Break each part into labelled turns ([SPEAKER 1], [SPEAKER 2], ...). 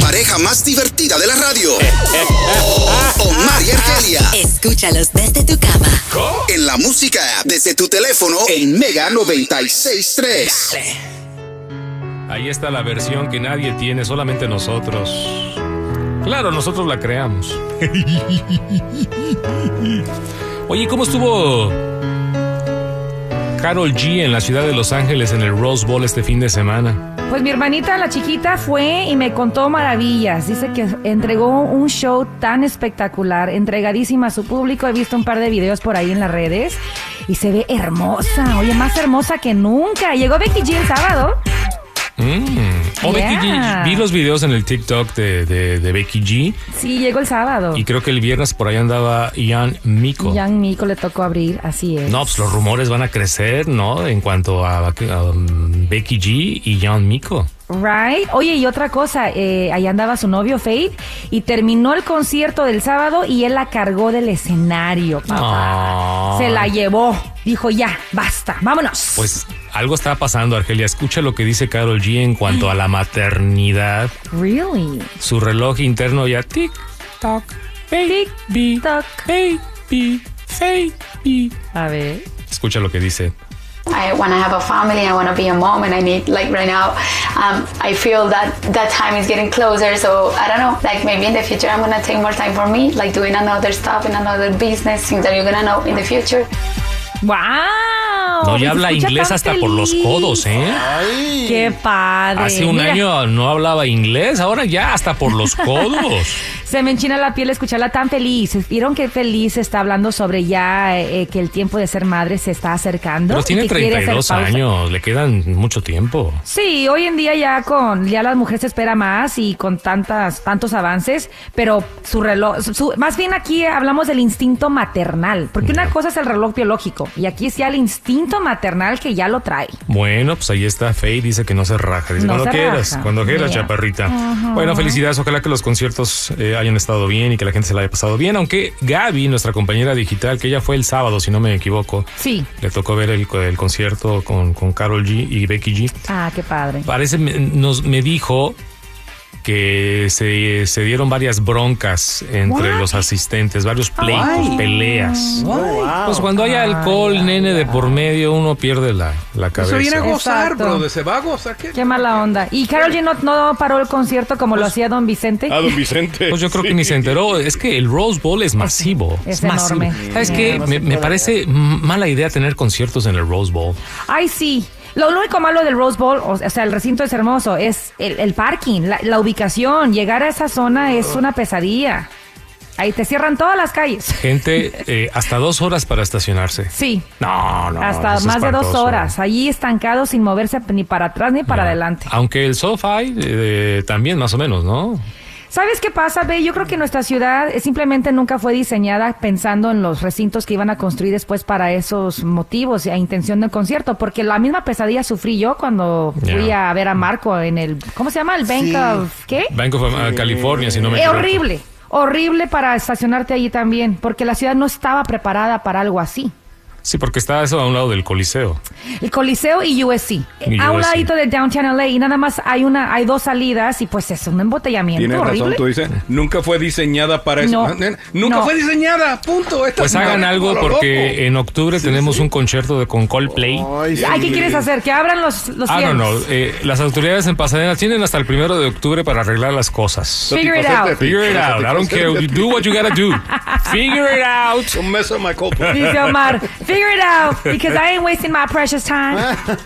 [SPEAKER 1] pareja más divertida de la radio. Omar y Argelia.
[SPEAKER 2] Escúchalos desde tu cama.
[SPEAKER 1] En la música, desde tu teléfono, en Mega 963.
[SPEAKER 3] Ahí está la versión que nadie tiene, solamente nosotros. Claro, nosotros la creamos. Oye, ¿cómo estuvo Carol G en la ciudad de Los Ángeles en el Rose Bowl este fin de semana?
[SPEAKER 4] Pues mi hermanita, la chiquita, fue y me contó maravillas. Dice que entregó un show tan espectacular, entregadísima a su público. He visto un par de videos por ahí en las redes y se ve hermosa. Oye, más hermosa que nunca. Llegó Becky G el sábado.
[SPEAKER 3] Mm. Oh, Becky
[SPEAKER 4] Yeah.
[SPEAKER 3] G. Vi los videos en el TikTok de, de- de Becky G.
[SPEAKER 4] Sí, llegó el sábado.
[SPEAKER 3] Y creo que el viernes por ahí andaba Ian Miko.
[SPEAKER 4] Jan Mico le tocó abrir, así es.
[SPEAKER 3] No, pues los rumores van a crecer, ¿no? En cuanto a, a, um, Becky G y Ian Miko.
[SPEAKER 4] Right. Oye, y otra cosa, eh, ahí andaba su novio Faith y terminó el concierto del sábado y él la cargó del escenario, papá.
[SPEAKER 3] Ah.
[SPEAKER 4] Se la llevó. Dijo, ya, basta, vámonos.
[SPEAKER 3] Pues algo está pasando, Argelia. Escucha lo que dice Carol G en cuanto a la maternidad.
[SPEAKER 4] Really?
[SPEAKER 3] Su reloj interno ya tic toc, baby,
[SPEAKER 4] Toc.
[SPEAKER 3] baby, baby.
[SPEAKER 4] A ver.
[SPEAKER 3] Escucha lo que dice.
[SPEAKER 5] I want to have a family. I want to be a mom, and I need like right now. Um, I feel that that time is getting closer. So I don't know. Like maybe in the future, I'm gonna take more time for me, like doing another stuff in another business, things that you're gonna know in the future.
[SPEAKER 4] ¡Wow!
[SPEAKER 3] No,
[SPEAKER 4] Se
[SPEAKER 3] ya habla
[SPEAKER 4] Oh, pues, escucha
[SPEAKER 3] inglés
[SPEAKER 4] tan
[SPEAKER 3] hasta por los
[SPEAKER 4] feliz.
[SPEAKER 3] codos, ¿eh?
[SPEAKER 4] ¡Qué padre!
[SPEAKER 3] Hace un
[SPEAKER 4] Mira,
[SPEAKER 3] año no hablaba inglés, ahora ya hasta por los codos.
[SPEAKER 4] Se me enchina la piel escucharla tan feliz. ¿Vieron qué feliz está hablando sobre ya eh, eh, que el tiempo de ser madre se está acercando?
[SPEAKER 3] Pero
[SPEAKER 4] y
[SPEAKER 3] tiene
[SPEAKER 4] que quiere hacer
[SPEAKER 3] 32
[SPEAKER 4] pausa?
[SPEAKER 3] años, le quedan mucho tiempo.
[SPEAKER 4] Sí, hoy en día ya con ya las mujeres se espera más y con tantas tantos avances, pero su reloj, su- su- más bien aquí hablamos del instinto maternal, porque una cosa es el reloj biológico y aquí es ya el instinto maternal que ya lo trae.
[SPEAKER 3] Bueno, pues ahí está Faye, dice que no se raja. Dice,
[SPEAKER 4] No
[SPEAKER 3] cuando
[SPEAKER 4] se
[SPEAKER 3] quieras,
[SPEAKER 4] raja.
[SPEAKER 3] cuando quieras,
[SPEAKER 4] Mira.
[SPEAKER 3] chaparrita. Bueno, felicidades. Ojalá que los conciertos eh, hayan estado bien y que la gente se la haya pasado bien. Aunque Gaby, nuestra compañera digital, que ella fue el sábado, si no me equivoco,
[SPEAKER 4] Sí.
[SPEAKER 3] le tocó ver el, el concierto con, con Carol G y Becky G.
[SPEAKER 4] Ah, qué padre.
[SPEAKER 3] Parece, me- nos, me dijo que se, se dieron varias broncas entre
[SPEAKER 4] What?
[SPEAKER 3] los asistentes, varios pleitos,
[SPEAKER 6] Ay.
[SPEAKER 3] peleas. Pues cuando hay
[SPEAKER 4] Ay,
[SPEAKER 3] alcohol,
[SPEAKER 4] ay, Pues
[SPEAKER 3] nene, de por medio, uno pierde la, la
[SPEAKER 6] Se
[SPEAKER 3] cabeza.
[SPEAKER 6] viene a gozar,
[SPEAKER 4] Exacto.
[SPEAKER 6] bro. Se va a gozar. ¿Qué?
[SPEAKER 4] Qué mala onda. ¿Y Carol G no, no paró el concierto como lo hacía Don Vicente?
[SPEAKER 6] Ah,
[SPEAKER 7] A don Vicente.
[SPEAKER 3] Pues yo creo que ni se enteró. Es que el Rose Bowl es masivo.
[SPEAKER 4] Es
[SPEAKER 3] masivo.
[SPEAKER 4] enorme.
[SPEAKER 3] ¿Sabes qué? Me, me parece m- mala idea tener conciertos en el Rose Bowl.
[SPEAKER 4] Ay, sí. Lo único malo del Rose Bowl, o o sea, el recinto es hermoso, es el, el parking, la, la ubicación. Llegar a esa zona es una pesadilla. Ahí te cierran todas las calles.
[SPEAKER 3] Gente, eh, hasta dos horas para estacionarse.
[SPEAKER 4] Sí.
[SPEAKER 3] No, no. ¿eh?
[SPEAKER 4] hasta
[SPEAKER 3] es
[SPEAKER 4] más de dos
[SPEAKER 3] espantoso.
[SPEAKER 4] horas, allí estancados sin moverse ni para atrás ni para
[SPEAKER 3] No.
[SPEAKER 4] adelante.
[SPEAKER 3] Aunque el SoFi eh, también, más o menos, ¿no?
[SPEAKER 4] ¿Sabes qué pasa, Ve? Yo creo que nuestra ciudad eh, simplemente nunca fue diseñada pensando en los recintos que iban a construir después para esos motivos e intención del concierto, porque la misma pesadilla sufrí yo cuando fui
[SPEAKER 3] Ya.
[SPEAKER 4] a ver a Marco en el, ¿cómo se llama? El Bank
[SPEAKER 7] Sí.
[SPEAKER 4] of, ¿qué?
[SPEAKER 3] Bank of eh, California, si no me
[SPEAKER 4] Es
[SPEAKER 3] equivoco.
[SPEAKER 4] horrible, horrible para estacionarte allí también, porque la ciudad no estaba preparada para algo así.
[SPEAKER 3] Sí, porque está eso a un lado del Coliseo.
[SPEAKER 4] El Coliseo y USC.
[SPEAKER 3] Y
[SPEAKER 4] a un
[SPEAKER 3] USC.
[SPEAKER 4] ladito de Downtown LA y nada más hay una, hay dos salidas y pues es un embotellamiento
[SPEAKER 6] Tienes
[SPEAKER 4] horrible.
[SPEAKER 6] razón, tú dices. Nunca fue diseñada para eso.
[SPEAKER 4] No.
[SPEAKER 6] Ah, nena, Nunca
[SPEAKER 4] No.
[SPEAKER 6] fue diseñada. Punto. Esta
[SPEAKER 3] Pues
[SPEAKER 6] es
[SPEAKER 3] hagan
[SPEAKER 6] una-
[SPEAKER 3] algo
[SPEAKER 6] lo
[SPEAKER 3] porque eh, en octubre tenemos un concierto de con Coldplay.
[SPEAKER 7] Ay, sí.
[SPEAKER 4] Ay, ¿qué quieres hacer? Que abran los, los
[SPEAKER 3] Ah, no,
[SPEAKER 4] cielos.
[SPEAKER 3] no. eh, las autoridades en Pasadena tienen hasta el primero de octubre para arreglar las cosas.
[SPEAKER 4] Figure it out.
[SPEAKER 3] Figure it out. I don't care. You do what you gotta do. Figure it out.
[SPEAKER 6] loco. Don't mess up my copa.
[SPEAKER 4] Dice Omar, figure it out, because I ain't wasting my precious time.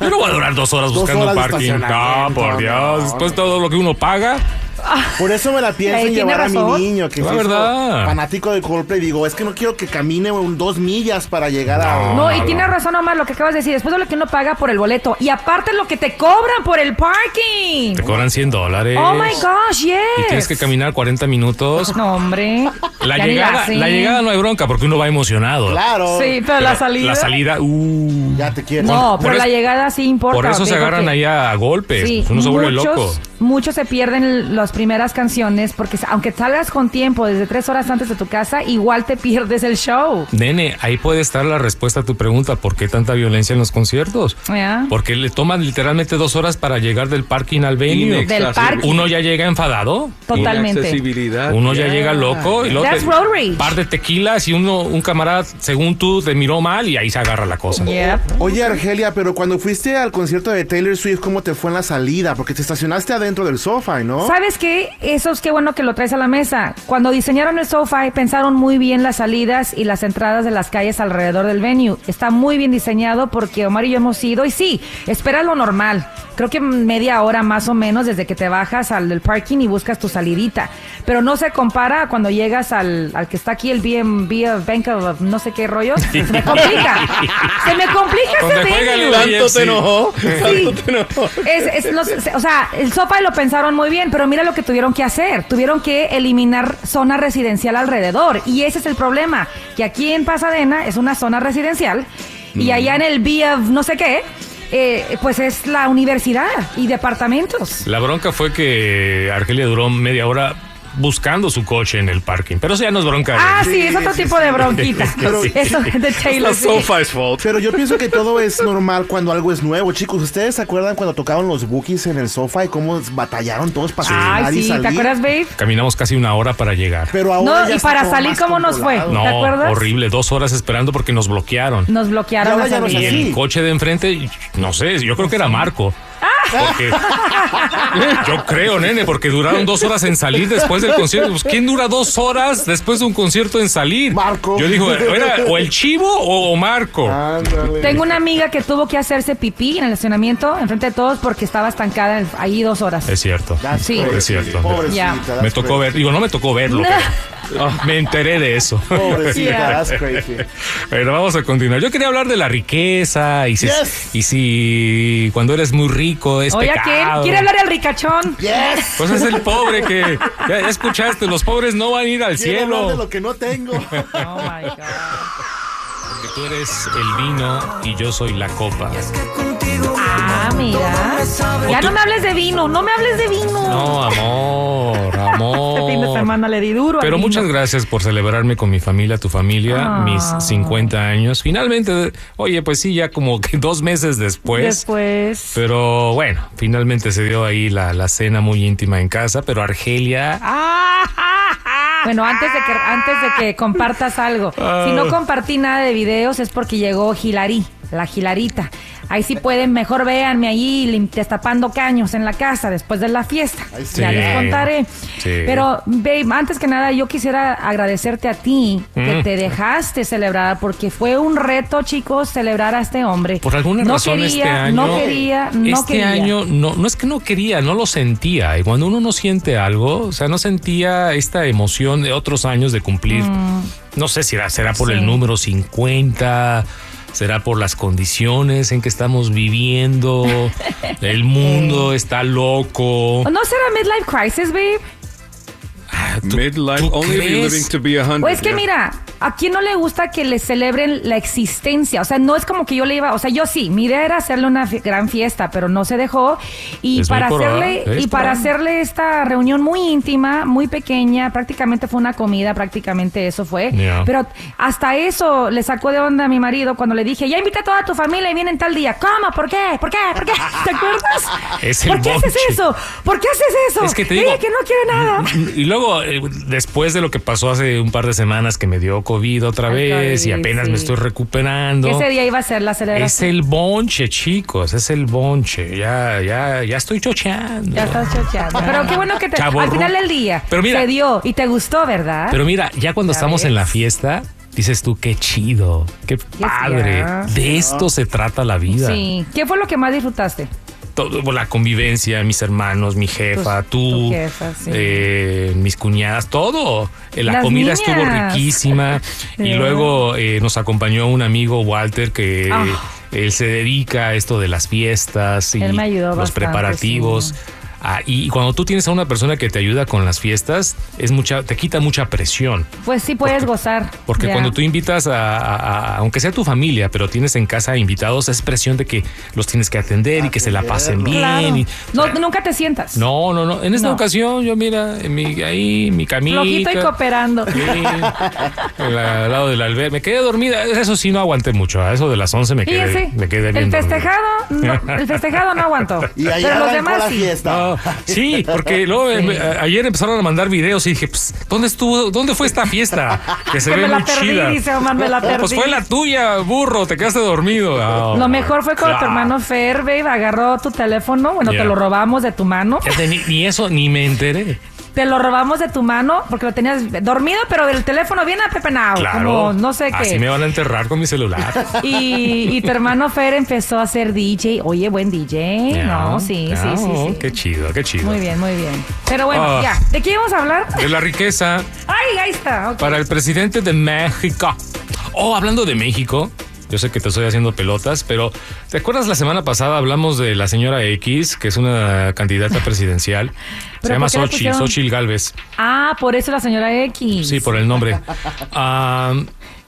[SPEAKER 3] Yo no voy a durar dos horas
[SPEAKER 7] Dos
[SPEAKER 3] buscando
[SPEAKER 7] horas de
[SPEAKER 3] parking. No,
[SPEAKER 7] estacionamiento,
[SPEAKER 3] por Dios.
[SPEAKER 7] no,
[SPEAKER 3] Después
[SPEAKER 7] no.
[SPEAKER 3] todo lo que uno paga.
[SPEAKER 7] Por eso me la pienso
[SPEAKER 4] Ay,
[SPEAKER 7] en
[SPEAKER 4] tiene
[SPEAKER 7] llevar a
[SPEAKER 4] razón.
[SPEAKER 7] mi niño, que
[SPEAKER 3] La
[SPEAKER 7] es
[SPEAKER 3] Ah, verdad.
[SPEAKER 7] fanático de Coldplay. Digo, es que no quiero que camine un dos millas para llegar a...
[SPEAKER 4] No, y tiene razón Omar lo que acabas de decir, después de lo que uno paga por el boleto y aparte lo que te cobran por el parking.
[SPEAKER 3] Te cobran 100 dólares.
[SPEAKER 4] Oh my gosh, yes.
[SPEAKER 3] Y tienes que caminar 40 minutos.
[SPEAKER 4] No, hombre.
[SPEAKER 3] La
[SPEAKER 4] Ya ni
[SPEAKER 3] llegada,
[SPEAKER 4] hacen.
[SPEAKER 3] la llegada no hay bronca porque uno va emocionado.
[SPEAKER 7] Claro.
[SPEAKER 4] Sí, pero, la salida.
[SPEAKER 3] La salida, uh.
[SPEAKER 7] Ya te quiero.
[SPEAKER 4] No,
[SPEAKER 3] Por
[SPEAKER 4] pero la
[SPEAKER 3] es-
[SPEAKER 4] llegada sí importa.
[SPEAKER 3] Por eso se
[SPEAKER 4] digo
[SPEAKER 3] agarran
[SPEAKER 4] que-
[SPEAKER 3] ahí a, a golpes.
[SPEAKER 4] Sí,
[SPEAKER 3] pues uno se vuelve
[SPEAKER 4] muchos
[SPEAKER 3] loco.
[SPEAKER 4] muchos se pierden l- las primeras canciones porque s- aunque salgas con tiempo desde tres horas antes de tu casa, igual te pierdes el show.
[SPEAKER 3] Nene, ahí puede estar la respuesta a tu pregunta, ¿por qué tanta violencia en los conciertos?
[SPEAKER 4] Ya.
[SPEAKER 3] Porque le toman literalmente dos horas para llegar del parking al venue.
[SPEAKER 6] Inex-
[SPEAKER 4] Del
[SPEAKER 6] exacto.
[SPEAKER 4] parque.
[SPEAKER 3] Uno ya llega enfadado,
[SPEAKER 4] Totalmente.
[SPEAKER 6] Accesibilidad.
[SPEAKER 3] uno ya llega loco y luego
[SPEAKER 4] That's
[SPEAKER 3] te-
[SPEAKER 4] road rage.
[SPEAKER 3] par de tequilas y uno un camarada según tú te miró mal y ahí se agarra la cosa.
[SPEAKER 4] Yep.
[SPEAKER 7] Oye, Argelia, pero cuando fuiste al concierto de Taylor Swift, ¿cómo te fue en la salida? Porque te estacionaste adentro del sofá, ¿no?
[SPEAKER 4] ¿Sabes qué? Eso es qué bueno que lo traes a la mesa. Cuando diseñaron el SoFi pensaron muy bien las salidas y las entradas de las calles alrededor del venue. Está muy bien diseñado porque Omar y yo hemos ido y sí, espera lo normal. Creo que media hora más o menos desde que te bajas al del parking y buscas tu salidita. Pero no se compara a cuando llegas al, al que está aquí, el BNB of Bank of no sé qué rollo. Se me complica. Se me complica
[SPEAKER 3] Donde
[SPEAKER 4] ese
[SPEAKER 3] juega el
[SPEAKER 4] venue.
[SPEAKER 3] Tanto te enojó,
[SPEAKER 4] Sí. Es- es- no sé, o sea, el sopa lo pensaron muy bien, pero mira lo que tuvieron que hacer. Tuvieron que eliminar zona residencial alrededor. Y ese es el problema, que aquí en Pasadena es una zona residencial y allá en el vía no sé qué, eh, pues es la universidad y departamentos.
[SPEAKER 3] La bronca fue que Argelia duró media hora buscando su coche en el parking, pero eso ya no es bronca. de-
[SPEAKER 4] Ah, sí, es otro tipo de bronquita.
[SPEAKER 3] Pero-
[SPEAKER 4] Eso de Taylor. sí.
[SPEAKER 6] is fault.
[SPEAKER 7] Pero yo pienso que todo es normal cuando algo es nuevo. Chicos, ¿ustedes se acuerdan cuando tocaron los bookies en el sofá y cómo batallaron todos para
[SPEAKER 4] Ay,
[SPEAKER 7] llegar y
[SPEAKER 4] sí,
[SPEAKER 7] salir?
[SPEAKER 4] ¿te acuerdas, babe?
[SPEAKER 3] Caminamos casi una hora para llegar.
[SPEAKER 7] Pero ahora
[SPEAKER 4] No,
[SPEAKER 7] ya
[SPEAKER 4] y
[SPEAKER 7] está
[SPEAKER 4] para
[SPEAKER 7] todo
[SPEAKER 4] salir,
[SPEAKER 7] más
[SPEAKER 4] ¿cómo nos fue?
[SPEAKER 7] controlado.
[SPEAKER 4] ¿Te
[SPEAKER 3] No,
[SPEAKER 4] acuerdas?
[SPEAKER 3] horrible, dos horas esperando porque nos bloquearon.
[SPEAKER 4] Nos bloquearon
[SPEAKER 7] Y ahora
[SPEAKER 4] la
[SPEAKER 7] ya no se
[SPEAKER 3] Y
[SPEAKER 4] salida.
[SPEAKER 7] hace.
[SPEAKER 3] el
[SPEAKER 7] Sí.
[SPEAKER 3] coche de enfrente, no sé, yo creo que era Marco. Porque-
[SPEAKER 4] Ah.
[SPEAKER 3] yo creo, nene, porque duraron dos horas en salir después del concierto. Pues, ¿Quién dura dos horas después de un concierto en salir?
[SPEAKER 7] Marco. Ah.
[SPEAKER 3] Yo digo, era o el chivo o, o Marco.
[SPEAKER 7] Ándale.
[SPEAKER 4] Tengo una amiga que tuvo que hacerse pipí en el estacionamiento enfrente de todos porque estaba estancada en- ahí dos horas.
[SPEAKER 3] Es cierto.
[SPEAKER 7] That's
[SPEAKER 4] Sí.
[SPEAKER 7] crazy,
[SPEAKER 3] Es cierto.
[SPEAKER 7] Pobrecita,
[SPEAKER 4] Ya.
[SPEAKER 7] that's
[SPEAKER 3] Me tocó
[SPEAKER 7] crazy.
[SPEAKER 3] ver, digo, no me tocó verlo.
[SPEAKER 4] No.
[SPEAKER 3] pero- Ah, me enteré de eso.
[SPEAKER 7] Pobrecita,
[SPEAKER 4] Yeah.
[SPEAKER 7] that's crazy.
[SPEAKER 3] Pero vamos a continuar. Yo quería hablar de la riqueza y si,
[SPEAKER 7] Yes.
[SPEAKER 3] y si cuando eres muy rico es
[SPEAKER 4] Oye, ¿quién
[SPEAKER 3] pecado.
[SPEAKER 4] quiere hablar al ricachón?
[SPEAKER 7] Yes.
[SPEAKER 3] Pues es el pobre que ya, ya escuchaste, los pobres no van a ir al
[SPEAKER 7] Quiero hablar de
[SPEAKER 3] cielo.
[SPEAKER 7] lo que no tengo.
[SPEAKER 4] Oh my God.
[SPEAKER 3] Porque tú eres el vino y yo soy la copa.
[SPEAKER 4] Ah, mira. Ya no me hables de vino, no me hables de vino.
[SPEAKER 3] No, amor,
[SPEAKER 4] Este fin de
[SPEAKER 3] amor.
[SPEAKER 4] semana le di duro. al
[SPEAKER 3] Pero
[SPEAKER 4] vino.
[SPEAKER 3] muchas gracias por celebrarme con mi familia, tu familia,
[SPEAKER 4] Ah.
[SPEAKER 3] mis 50 años. Finalmente, oye, pues sí, ya como que dos meses después.
[SPEAKER 4] Después.
[SPEAKER 3] Pero bueno, finalmente se dio ahí la, la cena muy íntima en casa, pero Argelia...
[SPEAKER 4] Bueno, antes de que antes de que compartas algo, si
[SPEAKER 3] Ah.
[SPEAKER 4] no compartí nada de videos es porque llegó Hilary, la Hilarita. Ahí sí pueden, mejor véanme ahí lim- destapando caños en la casa después de la fiesta.
[SPEAKER 3] sí.
[SPEAKER 4] Ya les contaré.
[SPEAKER 3] Sí.
[SPEAKER 4] Pero, babe, antes que nada, yo quisiera agradecerte a ti que
[SPEAKER 3] Mm.
[SPEAKER 4] te dejaste celebrar porque fue un reto, chicos, celebrar a este hombre.
[SPEAKER 3] Por alguna
[SPEAKER 4] no
[SPEAKER 3] razón
[SPEAKER 4] quería,
[SPEAKER 3] este año.
[SPEAKER 4] No quería, no
[SPEAKER 3] este
[SPEAKER 4] quería.
[SPEAKER 3] año no, no es que no quería, no lo sentía. Y cuando uno no siente algo, o sea, no sentía esta emoción de otros años de cumplir. No sé si era- será por
[SPEAKER 4] Mm. Sí.
[SPEAKER 3] el número 50. Será por las condiciones en que estamos viviendo. El mundo
[SPEAKER 4] Eh.
[SPEAKER 3] está loco.
[SPEAKER 4] ¿No será Midlife Crisis, babe?
[SPEAKER 3] ¿Tú-
[SPEAKER 6] Midlife,
[SPEAKER 3] tú
[SPEAKER 6] only if you're
[SPEAKER 3] crees?
[SPEAKER 6] living to be a hundred.
[SPEAKER 4] Pues es que
[SPEAKER 6] yeah.
[SPEAKER 4] mira, ¿a quién no le gusta que le celebren la existencia? O sea, no es como que yo le iba, o sea, yo sí, mi idea era hacerle una fi- gran fiesta, pero no se dejó. Y
[SPEAKER 3] Es muy
[SPEAKER 4] para
[SPEAKER 3] probable,
[SPEAKER 4] hacerle,
[SPEAKER 3] es
[SPEAKER 4] y para
[SPEAKER 3] probable.
[SPEAKER 4] hacerle esta reunión muy íntima, muy pequeña, prácticamente fue una comida, prácticamente eso fue.
[SPEAKER 3] Yeah.
[SPEAKER 4] Pero hasta eso le sacó de onda a mi marido cuando le dije, ya invita a toda tu familia y vienen tal día. ¿Cómo? ¿Por qué? ¿Por qué? ¿Por qué? ¿Te acuerdas?
[SPEAKER 3] Es el
[SPEAKER 4] ¿Por qué haces
[SPEAKER 3] bonche.
[SPEAKER 4] eso? ¿Por qué haces eso?
[SPEAKER 3] Es que te
[SPEAKER 4] Ella
[SPEAKER 3] digo-
[SPEAKER 4] que no quiere nada.
[SPEAKER 3] Y luego, eh, después de lo que pasó hace un par de semanas que me dio COVID otra
[SPEAKER 4] Ay,
[SPEAKER 3] vez y
[SPEAKER 4] COVID,
[SPEAKER 3] apenas
[SPEAKER 4] sí.
[SPEAKER 3] me estoy recuperando.
[SPEAKER 4] Ese día iba a ser la celebración.
[SPEAKER 3] Es el bonche, chicos, es el bonche. Ya, ya, ya estoy chocheando.
[SPEAKER 4] Ya estás chocheando. Pero qué bueno que te,
[SPEAKER 3] Chaborruco.
[SPEAKER 4] al final del día
[SPEAKER 3] Pero mira-
[SPEAKER 4] se dio y te gustó, ¿verdad?
[SPEAKER 3] Pero mira, ya cuando
[SPEAKER 4] Ya
[SPEAKER 3] estamos en
[SPEAKER 4] ves.
[SPEAKER 3] la fiesta, dices tú, qué chido, qué padre.
[SPEAKER 4] ya.
[SPEAKER 3] De esto se trata la vida.
[SPEAKER 4] sí. ¿Qué fue lo que más disfrutaste?
[SPEAKER 3] Todo, pues, la convivencia, mis hermanos, mi jefa,
[SPEAKER 4] Tus-
[SPEAKER 3] tú,
[SPEAKER 4] tu jefa, sí.
[SPEAKER 3] eh, mis cuñadas, todo. Eh, La
[SPEAKER 4] Las
[SPEAKER 3] comida
[SPEAKER 4] niñas.
[SPEAKER 3] estuvo riquísima. y
[SPEAKER 4] Sí.
[SPEAKER 3] luego eh, nos acompañó un amigo, Walter, que
[SPEAKER 4] Ah.
[SPEAKER 3] él se dedica a esto de las fiestas y
[SPEAKER 4] Él me ayudó
[SPEAKER 3] los
[SPEAKER 4] bastante,
[SPEAKER 3] preparativos.
[SPEAKER 4] sí.
[SPEAKER 3] Ah, y cuando tú tienes a una persona que te ayuda con las fiestas, es mucha, te quita mucha presión.
[SPEAKER 4] Pues sí puedes gozar.
[SPEAKER 3] Porque
[SPEAKER 4] ya.
[SPEAKER 3] cuando tú invitas a, a- a- aunque sea tu familia, pero tienes en casa invitados, es presión de que los tienes que atender y que se la pasen bien.
[SPEAKER 4] Claro.
[SPEAKER 3] y-
[SPEAKER 4] No, nunca te sientas.
[SPEAKER 3] no, no, no. En esta
[SPEAKER 4] No.
[SPEAKER 3] ocasión, yo mira, en mi, ahí, mi camino.
[SPEAKER 4] Flojito y cooperando.
[SPEAKER 3] Sí, al al lado del albergue. Me quedé dormida. Eso sí, no aguanté mucho. A eso de las 11 me quedé,
[SPEAKER 4] Fíjese,
[SPEAKER 3] me quedé bien
[SPEAKER 4] el
[SPEAKER 3] dormido.
[SPEAKER 4] festejado, no, el festejado no aguantó.
[SPEAKER 7] Y ahí
[SPEAKER 4] pero los
[SPEAKER 7] arrancó
[SPEAKER 4] demás
[SPEAKER 7] la
[SPEAKER 4] sí.
[SPEAKER 7] fiesta.
[SPEAKER 3] No, Ah, sí, porque luego eh, me- a- ayer empezaron a mandar videos y dije, "Ps, ¿dónde estuvo? ¿Dónde fue esta fiesta? Que se
[SPEAKER 4] Que
[SPEAKER 3] ve
[SPEAKER 4] me
[SPEAKER 3] muy
[SPEAKER 4] la perdí,
[SPEAKER 3] chida.
[SPEAKER 4] dice Omar, me la
[SPEAKER 3] No, Pues
[SPEAKER 4] perdí.
[SPEAKER 3] fue la tuya, burro, te quedaste dormido. Ah,
[SPEAKER 4] Lo mejor fue cuando tu
[SPEAKER 3] claro.
[SPEAKER 4] hermano Fer, babe, agarró tu teléfono, bueno,
[SPEAKER 3] Ya.
[SPEAKER 4] te lo robamos de tu mano,
[SPEAKER 3] Fíjate, Ni, ni eso, ni me enteré.
[SPEAKER 4] te lo robamos de tu mano porque lo tenías dormido, pero el teléfono bien apepenado,
[SPEAKER 3] Claro.
[SPEAKER 4] como Ah, no sé qué.
[SPEAKER 3] Así me van a enterrar con mi celular.
[SPEAKER 4] Y, y tu hermano Fer empezó a ser DJ. Oye, buen DJ. no, sí,
[SPEAKER 3] Ya,
[SPEAKER 4] sí, sí,
[SPEAKER 3] oh,
[SPEAKER 4] sí.
[SPEAKER 3] Qué chido, qué chido.
[SPEAKER 4] Muy bien, muy bien. Pero bueno,
[SPEAKER 3] Ah.
[SPEAKER 4] ya. ¿De qué íbamos a hablar?
[SPEAKER 3] De la riqueza
[SPEAKER 4] Ay, ahí está. ok.
[SPEAKER 3] para el presidente de México. Oh, hablando de México, yo sé que te estoy haciendo pelotas, pero ¿te acuerdas la semana pasada hablamos de la señora X, que es una candidata presidencial? Se
[SPEAKER 4] ¿Pero
[SPEAKER 3] llama
[SPEAKER 4] por qué le
[SPEAKER 3] Xochitl,
[SPEAKER 4] pusieron?
[SPEAKER 3] Xochitl Galvez.
[SPEAKER 4] Ah, por eso la señora X.
[SPEAKER 3] Sí, por el nombre. Ah,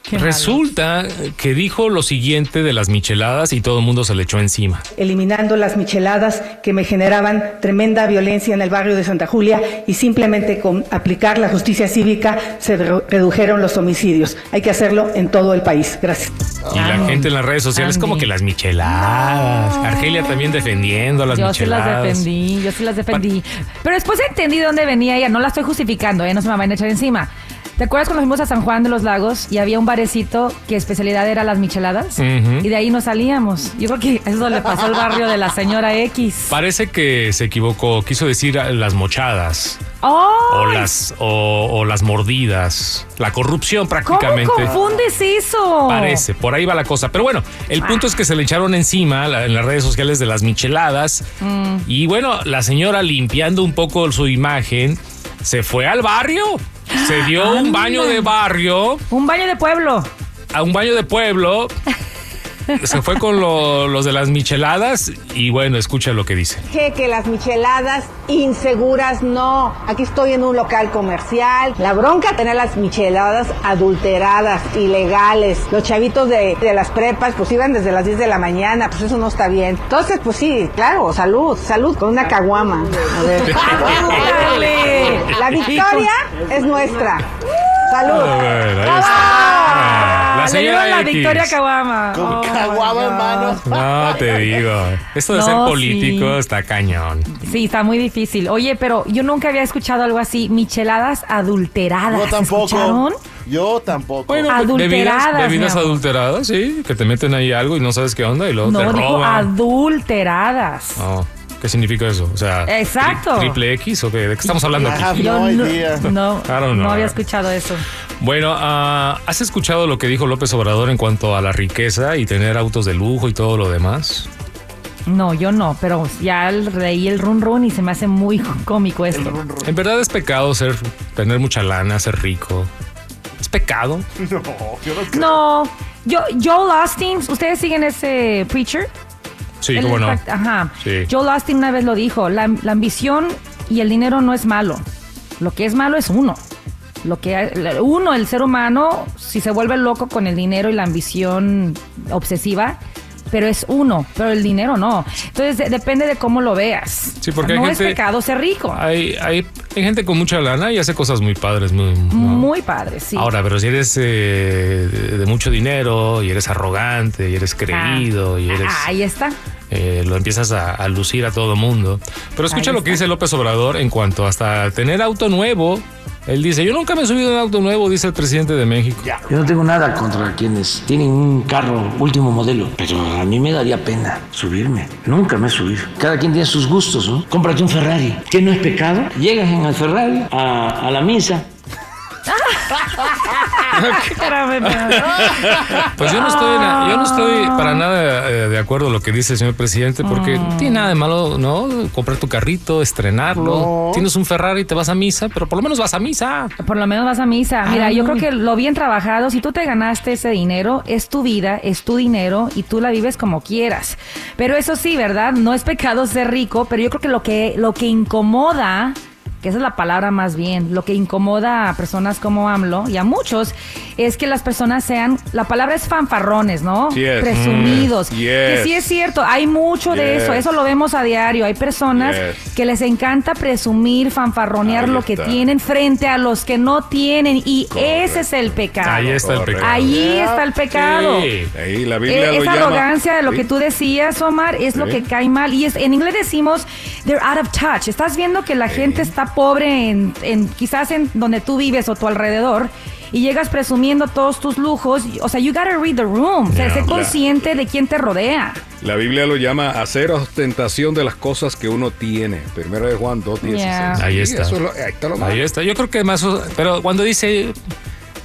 [SPEAKER 4] Qué malo.
[SPEAKER 3] resulta que dijo lo siguiente de las micheladas y todo el mundo se le echó encima.
[SPEAKER 8] eliminando las micheladas que me generaban tremenda violencia en el barrio de Santa Julia y simplemente con aplicar la justicia cívica se re- redujeron los homicidios. Hay que hacerlo en todo el país. Gracias.
[SPEAKER 3] Y la
[SPEAKER 4] Andy.
[SPEAKER 3] gente en las redes sociales, como
[SPEAKER 4] Ah, Andy.
[SPEAKER 3] que las micheladas. Argelia también defendiendo a las
[SPEAKER 4] Yo sí las
[SPEAKER 3] micheladas.
[SPEAKER 4] defendí, yo sí las defendí. Pero después entendí de dónde venía ella, no la estoy justificando, ¿eh? no se me van a echar encima. ¿Te acuerdas cuando fuimos a San Juan de los Lagos y había un barecito que especialidad era las micheladas?
[SPEAKER 3] Ujú.
[SPEAKER 4] Y de ahí nos salíamos. Yo creo que eso le pasó al barrio de la señora X.
[SPEAKER 3] Parece que se equivocó, quiso decir ah, las mochadas o
[SPEAKER 4] ¡Oh!
[SPEAKER 3] las o, o las mordidas, la corrupción
[SPEAKER 4] ¿Cómo
[SPEAKER 3] prácticamente.
[SPEAKER 4] confundes eso?
[SPEAKER 3] Parece, por ahí va la cosa. Pero bueno, el punto es que se le echaron encima la- en las redes sociales de las micheladas. Y bueno, la señora limpiando un poco su imagen, se fue al barrio, se dio un baño de barrio,
[SPEAKER 4] Un baño de pueblo.
[SPEAKER 3] a un baño de pueblo. Se fue con lo- los de las micheladas y bueno, escucha lo que dice.
[SPEAKER 9] Dije que las micheladas inseguras no. Aquí estoy en un local comercial. La bronca tener las micheladas adulteradas, ilegales. Los chavitos de, de las prepas pues iban desde las 10 de la mañana, pues eso no está bien. Entonces pues sí, claro, salud, salud con una caguama. A ver.
[SPEAKER 4] ¡Órale!
[SPEAKER 9] La victoria es nuestra. Salud.
[SPEAKER 3] A ver, ahí está.
[SPEAKER 4] Ah,
[SPEAKER 3] La
[SPEAKER 4] le
[SPEAKER 3] señora
[SPEAKER 4] dieron la
[SPEAKER 3] X.
[SPEAKER 4] victoria a Caguama.
[SPEAKER 7] Con
[SPEAKER 4] Oh,
[SPEAKER 7] caguama en
[SPEAKER 4] no.
[SPEAKER 7] mano.
[SPEAKER 3] No, te digo. Esto de
[SPEAKER 4] No,
[SPEAKER 3] ser político
[SPEAKER 4] sí.
[SPEAKER 3] está cañón.
[SPEAKER 4] Sí, está muy difícil. Oye, pero yo nunca había escuchado algo así, micheladas adulteradas.
[SPEAKER 7] Yo tampoco.
[SPEAKER 4] ¿Escucharon?
[SPEAKER 7] Yo tampoco.
[SPEAKER 4] Adulteradas,
[SPEAKER 3] Bebidas, bebidas
[SPEAKER 4] mi amor.
[SPEAKER 3] adulteradas, sí. Que te meten ahí algo y no sabes qué onda y luego te
[SPEAKER 4] No, dijo
[SPEAKER 3] roban.
[SPEAKER 4] adulteradas.
[SPEAKER 3] No, ¿Qué significa eso? O sea, tri-
[SPEAKER 4] Exacto.
[SPEAKER 3] ¿Triple X o qué? ¿De qué estamos hablando
[SPEAKER 7] Ajá.
[SPEAKER 3] aquí?
[SPEAKER 4] Yo
[SPEAKER 7] Ah, No,
[SPEAKER 4] no,
[SPEAKER 7] idea.
[SPEAKER 4] no,
[SPEAKER 3] I don't know.
[SPEAKER 4] no había escuchado eso.
[SPEAKER 3] Bueno, ah, ¿has escuchado lo que dijo López Obrador en cuanto a la riqueza y tener autos de lujo y todo lo demás?
[SPEAKER 4] No, yo no, pero ya el- leí el run run y se me hace muy cómico esto.
[SPEAKER 3] En verdad es pecado ser, tener mucha lana, ser rico. Es pecado.
[SPEAKER 4] No, yo, Joel Austin, ¿ustedes siguen ese preacher?
[SPEAKER 3] Sí,
[SPEAKER 4] Él
[SPEAKER 3] cómo no.
[SPEAKER 4] es fact- Ajá.
[SPEAKER 3] Sí.
[SPEAKER 4] Joel Austin una vez lo dijo, la, la ambición y el dinero no es malo. Lo que es malo es uno. Lo que la- uno, el ser humano, si se vuelve loco con el dinero y la ambición obsesiva, pero es uno, pero el dinero no. Entonces de- depende de cómo lo veas.
[SPEAKER 3] Sí, porque hay
[SPEAKER 4] no
[SPEAKER 3] gente- Ah,
[SPEAKER 4] es pecado ser rico.
[SPEAKER 3] Hay, hay, hay gente con mucha lana y hace cosas muy padres, muy,
[SPEAKER 4] Muy padre, sí.
[SPEAKER 3] Ahora, pero si eres eh, de, de mucho dinero y eres arrogante y eres creído y eres...
[SPEAKER 4] Ah, Ahí está.
[SPEAKER 3] eh, lo empiezas a, a lucir a todo mundo. Pero escucha
[SPEAKER 4] Ahí
[SPEAKER 3] lo que
[SPEAKER 4] está.
[SPEAKER 3] dice López Obrador en cuanto hasta tener auto nuevo. Él dice, yo nunca me he subido a un auto nuevo, dice el presidente de México.
[SPEAKER 10] Yo no tengo nada contra quienes tienen un carro último modelo, pero a mí me daría pena subirme. Nunca me he subido. Cada quien tiene sus gustos, ¿no? Cómprate un Ferrari, que no es pecado. Llegas en el Ferrari a, a la misa.
[SPEAKER 4] Espérame, espérame.
[SPEAKER 3] Pues yo no estoy, na- yo no estoy
[SPEAKER 7] Ah.
[SPEAKER 3] para nada eh, de acuerdo a lo que dice el señor presidente, porque
[SPEAKER 7] Mm.
[SPEAKER 3] no tiene nada de malo, ¿no? Comprar tu carrito, estrenarlo.
[SPEAKER 4] No.
[SPEAKER 3] Tienes un Ferrari, te vas a misa, pero por lo menos vas a misa.
[SPEAKER 4] Por lo menos vas a misa. Mira, yo creo que lo bien trabajado, si tú te ganaste ese dinero, es tu vida, es tu dinero y tú la vives como quieras. Pero eso sí, ¿verdad? No es pecado ser rico, pero yo creo que lo que, lo que incomoda, que esa es la palabra más bien, lo que incomoda a personas como AMLO y a muchos, es que las personas sean, la palabra es fanfarrones, ¿no?
[SPEAKER 6] Yes.
[SPEAKER 4] Presumidos.
[SPEAKER 6] Mm.
[SPEAKER 4] Que
[SPEAKER 6] Yes.
[SPEAKER 4] sí es cierto, hay mucho de
[SPEAKER 6] Yes.
[SPEAKER 4] eso, eso lo vemos a diario. Hay personas
[SPEAKER 6] Yes.
[SPEAKER 4] que les encanta presumir, fanfarronear
[SPEAKER 6] Ahí
[SPEAKER 4] lo que
[SPEAKER 6] está.
[SPEAKER 4] tienen frente a los que no tienen y ese es el pecado.
[SPEAKER 3] Ahí está el pecado.
[SPEAKER 4] Ahí está el pecado.
[SPEAKER 3] Sí.
[SPEAKER 6] Ahí la Biblia
[SPEAKER 4] Eh,
[SPEAKER 6] lo
[SPEAKER 4] esa
[SPEAKER 6] llama.
[SPEAKER 4] arrogancia de lo que
[SPEAKER 6] Sí.
[SPEAKER 4] tú decías, Omar, es lo
[SPEAKER 6] Sí.
[SPEAKER 4] que cae mal. Y es, en inglés decimos, they're out of touch. Estás viendo que la gente está pobre en, en- quizás en donde tú vives o tu alrededor. Y llegas presumiendo todos tus lujos. O sea, you gotta read the room. O sea,
[SPEAKER 6] Yeah.
[SPEAKER 4] sé
[SPEAKER 6] La-
[SPEAKER 4] consciente de quién te rodea.
[SPEAKER 6] La Biblia lo llama hacer ostentación de las cosas que uno tiene. Primero de Juan 2,
[SPEAKER 4] Yeah.
[SPEAKER 3] Ahí está.
[SPEAKER 6] Eso es lo- ahí está lo malo.
[SPEAKER 3] Ahí está. Yo creo que más. Pero cuando dice.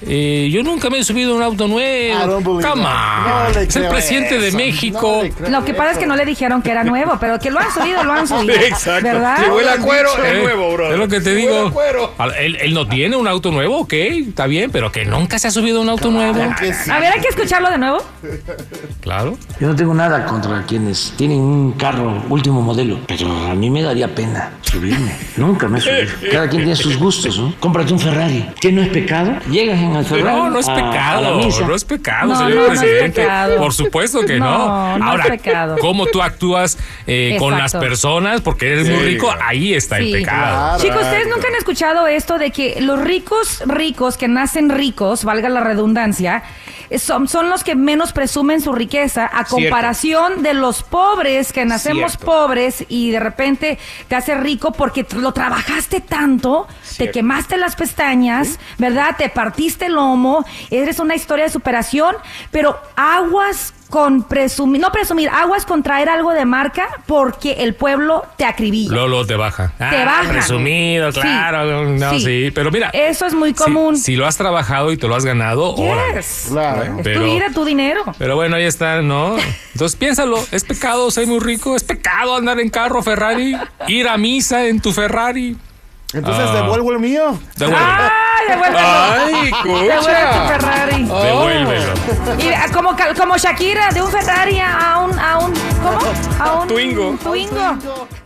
[SPEAKER 3] eh, yo nunca me he subido a un auto
[SPEAKER 7] I
[SPEAKER 3] nuevo.
[SPEAKER 7] don't believe
[SPEAKER 3] Come
[SPEAKER 7] that.
[SPEAKER 3] on.
[SPEAKER 7] No le
[SPEAKER 3] es el
[SPEAKER 7] creo
[SPEAKER 3] presidente de
[SPEAKER 7] eso.
[SPEAKER 3] México.
[SPEAKER 7] No le creo
[SPEAKER 4] Lo que pasa es que no le dijeron que era nuevo, pero que lo han subido, lo han subido.
[SPEAKER 6] Exacto.
[SPEAKER 4] ¿Verdad?
[SPEAKER 6] Si huele a cuero,
[SPEAKER 3] Eh,
[SPEAKER 6] es nuevo, bro.
[SPEAKER 3] es lo que te digo. Al- Él, él no tiene un auto nuevo, ok, está bien, pero que nunca se ha subido a un auto nuevo.
[SPEAKER 7] Que sí.
[SPEAKER 4] A ver, hay que escucharlo de nuevo.
[SPEAKER 3] Claro.
[SPEAKER 10] Yo no tengo nada contra quienes tienen un carro último modelo, pero a mí me daría pena subirme. Nunca me he subido. Cada quien tiene sus gustos, ¿no? Cómprate un Ferrari. ¿Qué no es pecado? Llegas en el Ferrari.
[SPEAKER 3] No, no es
[SPEAKER 10] a- a
[SPEAKER 3] pecado,
[SPEAKER 10] la misa.
[SPEAKER 3] no es pecado,
[SPEAKER 4] No,
[SPEAKER 3] señor
[SPEAKER 4] no, no es
[SPEAKER 3] presidente.
[SPEAKER 4] pecado.
[SPEAKER 3] Por supuesto que
[SPEAKER 4] No,
[SPEAKER 3] no.
[SPEAKER 4] no es
[SPEAKER 3] Ahora,
[SPEAKER 4] pecado.
[SPEAKER 3] cómo tú actúas eh, con las
[SPEAKER 4] Exacto.
[SPEAKER 3] personas porque eres muy
[SPEAKER 6] Sí,
[SPEAKER 3] rico,
[SPEAKER 6] claro.
[SPEAKER 3] ahí está el
[SPEAKER 4] Sí.
[SPEAKER 3] pecado.
[SPEAKER 4] Chicos, ustedes nunca han escuchado esto de que los ricos ricos que nacen ricos, valga la redundancia, eh, son, son los que menos presumen su riqueza a comparación de los pobres que nacemos
[SPEAKER 6] Cierto.
[SPEAKER 4] pobres y de repente te hace rico porque t- lo trabajaste tanto, te
[SPEAKER 6] Cierto.
[SPEAKER 4] quemaste las pestañas, ¿verdad? Te partiste el lomo, eres una historia de superación, pero aguas con presumir, no presumir, aguas con traer algo de marca porque el pueblo te acribilla
[SPEAKER 3] Lolo te baja.
[SPEAKER 4] te baja.
[SPEAKER 3] Presumido,
[SPEAKER 4] Sí,
[SPEAKER 3] Ah, claro. No, sí. Pero mira,
[SPEAKER 4] Eso es muy
[SPEAKER 3] si-
[SPEAKER 4] común.
[SPEAKER 3] Si, lo has trabajado y te lo has ganado, órale.
[SPEAKER 4] Yes.
[SPEAKER 7] Claro.
[SPEAKER 4] Es
[SPEAKER 3] Pero-
[SPEAKER 4] tu vida, tu dinero.
[SPEAKER 3] Pero bueno, ahí está, ¿no? Entonces piénsalo, es pecado ser muy rico, es pecado andar en carro Ferrari, ir a misa en tu Ferrari.
[SPEAKER 7] Entonces
[SPEAKER 3] Ah.
[SPEAKER 7] devuelvo el mío.
[SPEAKER 3] Devuélvelo.
[SPEAKER 4] ¡Ay, devuélvelo!
[SPEAKER 6] Ay,
[SPEAKER 4] Devuelve tu
[SPEAKER 6] escucha.
[SPEAKER 4] Ferrari.
[SPEAKER 3] Ah. Devuélvelo.
[SPEAKER 4] Y ah, como, cal- como Shakira, de un Ferrari a un, a un ¿cómo? A un
[SPEAKER 6] Twingo.
[SPEAKER 4] Twingo.